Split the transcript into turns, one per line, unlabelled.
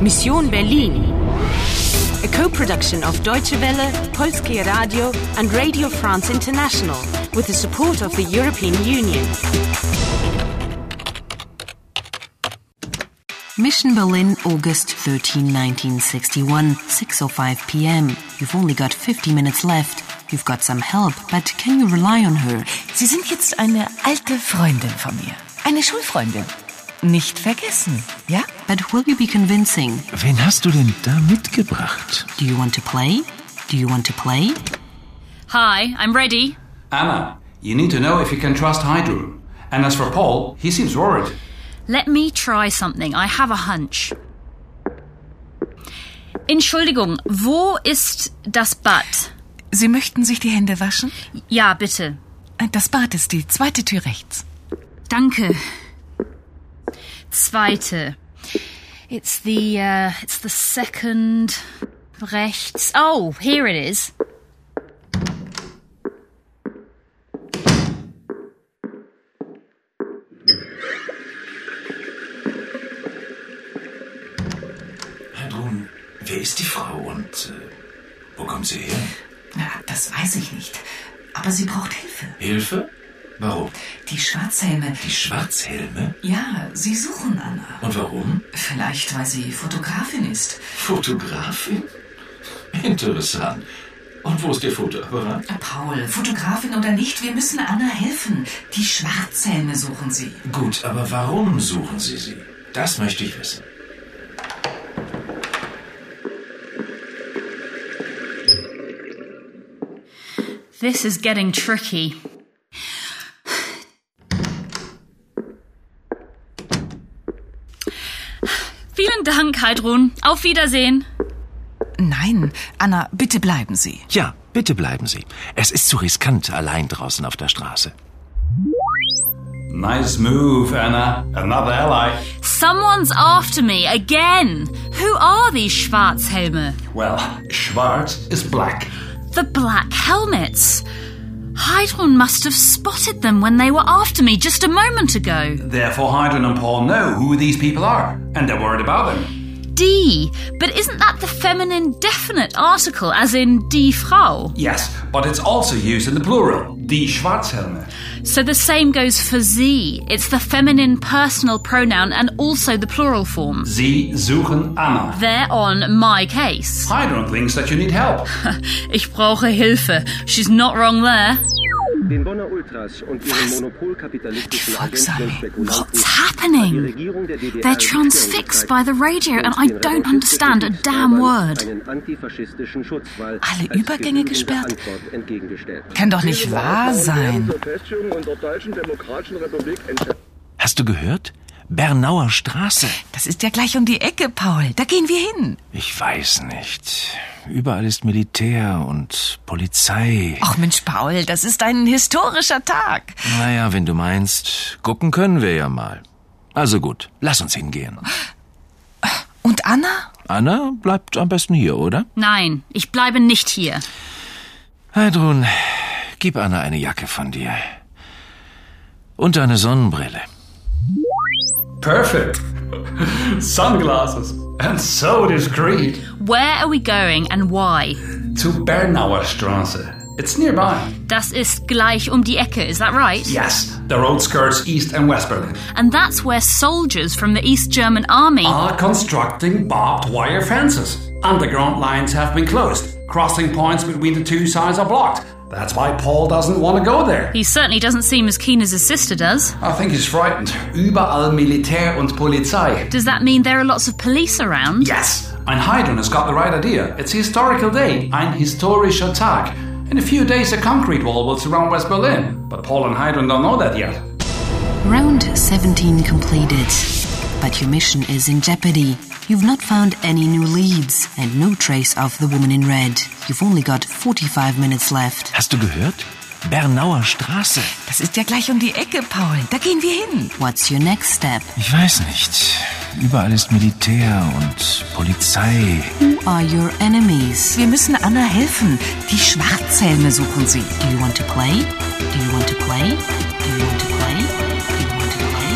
Mission Berlin. A co-production of Deutsche Welle, Polskie Radio and Radio France International with the support of the European Union.
Mission Berlin, August 13, 1961, 6.05 p.m. You've only got 50 minutes left. You've got some help, but can you rely on her?
Sie sind jetzt eine alte Freundin von mir. Eine Schulfreundin. Nicht vergessen, ja?
But will you be convincing?
Wen hast du denn da mitgebracht?
Do you want to play? Do you want to play?
Hi, I'm ready.
Anna, you need to know if you can trust Hydro. And as for Paul, he seems worried.
Let me try something. I have a hunch. Entschuldigung, wo ist das Bad?
Sie möchten sich die Hände waschen? Äh,
Ja, bitte.
Das Bad ist die zweite Tür rechts.
Danke. Zweite. It's the uh, it's the second rechts. Oh, here it is.
Herr Drun, wer ist die Frau und äh, wo kommt sie her?
Na, das weiß ich nicht. Aber sie braucht Hilfe.
Hilfe? Warum?
Die Schwarzhelme.
Die Schwarzhelme?
Ja, sie suchen Anna.
Und warum?
Vielleicht, weil sie Fotografin ist.
Fotografin? Interessant. Und wo ist ihr Fotoapparat?
Paul, Fotografin oder nicht, wir müssen Anna helfen. Die Schwarzhelme suchen sie.
Gut, aber warum suchen Sie sie? Das möchte ich wissen.
This is getting tricky. Vielen Dank, Heidrun. Auf Wiedersehen.
Nein, Anna, bitte bleiben Sie.
Ja, bitte bleiben Sie. Es ist zu riskant, allein draußen auf der Straße.
Nice move, Anna. Another ally.
Someone's after me again. Who are these Schwarzhelme?
Well, Schwarz is black.
The black helmets. Heidrun must have spotted them when they were after me just a moment ago.
Therefore, Hydron and Paul know who these people are, and they're worried about them.
D. But isn't that the feminine definite article, as in die Frau?
Yes, but it's also used in the plural. Die Schwarzhelme.
So the same goes for sie. It's the feminine personal pronoun and also the plural form.
Sie suchen Anna.
They're on my case.
Hydron thinks that you need help.
Ich brauche Hilfe. She's not wrong there.
Den Bonner Ultras und ihren monopolkapitalistischen Agenten und Spekulanten.
What's happening?
Regierung der DDR
They're transfixed by the radio and I don't understand a damn word.
Einen antifaschistischen Schutzwall
Alle
als
Übergänge
genügende
gesperrt?
Antwort entgegengestellt.
Kann doch nicht wahr sein.
Zur Feststellung unserer Deutschen Demokratischen Republik entscheidet.
Hast du gehört? Bernauer Straße.
Das ist ja gleich um die Ecke, Paul. Da gehen wir hin.
Ich weiß nicht. Überall ist Militär und Polizei.
Ach Mensch, Paul, das ist ein historischer Tag.
Naja, wenn du meinst, gucken können wir ja mal. Also gut, lass uns hingehen.
Und Anna?
Anna bleibt am besten hier, oder?
Nein, ich bleibe nicht hier.
Heidrun, gib Anna eine Jacke von dir. Und eine Sonnenbrille.
Perfect. Sunglasses. And so discreet.
Where are we going and why?
To Bernauer Straße. It's nearby.
Das ist gleich um die Ecke, is that right?
Yes, the road skirts East and West Berlin.
And that's where soldiers from the East German Army.
are constructing barbed wire fences. Underground lines have been closed. Crossing points between the two sides are blocked. That's why Paul doesn't want to go there.
He certainly doesn't seem as keen as his sister does.
I think he's frightened. Überall Militär und Polizei.
Does that mean there are lots of police around?
Yes, and Heidrun has got the right idea. It's a historical day, ein historischer Tag. In a few days, a concrete wall will surround West Berlin. But Paul and Heidrun don't know that yet.
Round 17 completed. But your mission is in jeopardy. You've not found any new leads and no trace of the woman in red. You've only got 45 minutes left.
Hast du gehört? Bernauer Straße.
Das ist ja gleich um die Ecke, Paul. Da gehen wir hin.
What's your next step?
Ich weiß nicht. Überall ist Militär und Polizei.
Who are your enemies?
Wir müssen Anna helfen. Die Schwarzhelme suchen sie.
Do you want to play? Do you want to play? Do you want to play? Do you want to play?